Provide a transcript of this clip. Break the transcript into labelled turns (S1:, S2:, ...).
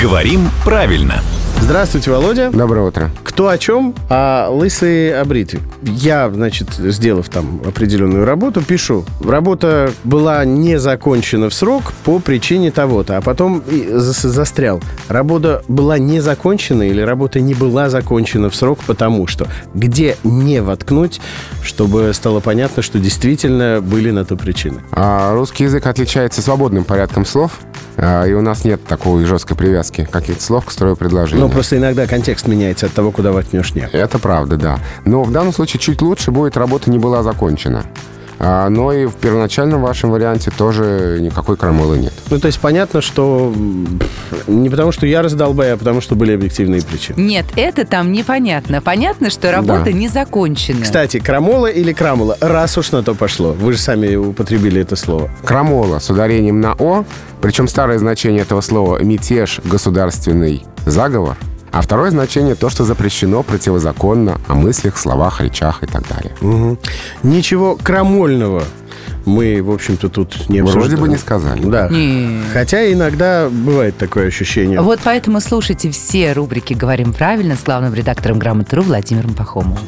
S1: Говорим правильно.
S2: Здравствуйте, Володя.
S3: Доброе утро.
S2: Кто о чем? А лысые о бритве. Я, значит, сделав там определенную работу, пишу. Работа была не закончена в срок по причине того-то, а потом и зас- застрял. Работа была не закончена или работа не была закончена в срок, потому что где не воткнуть, чтобы стало понятно, что действительно были на то причины.
S3: А, русский язык отличается свободным порядком слов, а, и у нас нет такой жесткой привязки каких-то слов к строю предложения.
S2: Ну, просто иногда контекст меняется от того, куда воткнешь «не».
S3: Это правда, да. Но в данном случае чуть лучше будет работа не была закончена. А, но и в первоначальном вашем варианте тоже никакой крамолы нет.
S2: Ну, то есть понятно, что м, не потому, что я раздолбай, а потому, что были объективные причины.
S4: Нет, это там непонятно. Понятно, что работа
S3: Да.
S4: не закончена.
S2: Кстати, крамола или крамола? Раз уж на то пошло. Вы же сами употребили это слово.
S3: Крамола с ударением на «о», причем старое значение этого слова – мятеж, государственный заговор, а второе значение – то, что запрещено противозаконно о мыслях, словах, речах и так далее.
S2: Ничего крамольного мы, в общем-то, тут не
S3: Вроде
S2: обсуждаем.
S3: бы не сказали.
S2: Да.
S4: Не.
S2: Хотя иногда бывает такое ощущение.
S4: Вот поэтому слушайте все рубрики «Говорим правильно» с главным редактором «Грамотру» Владимиром Пахомовым.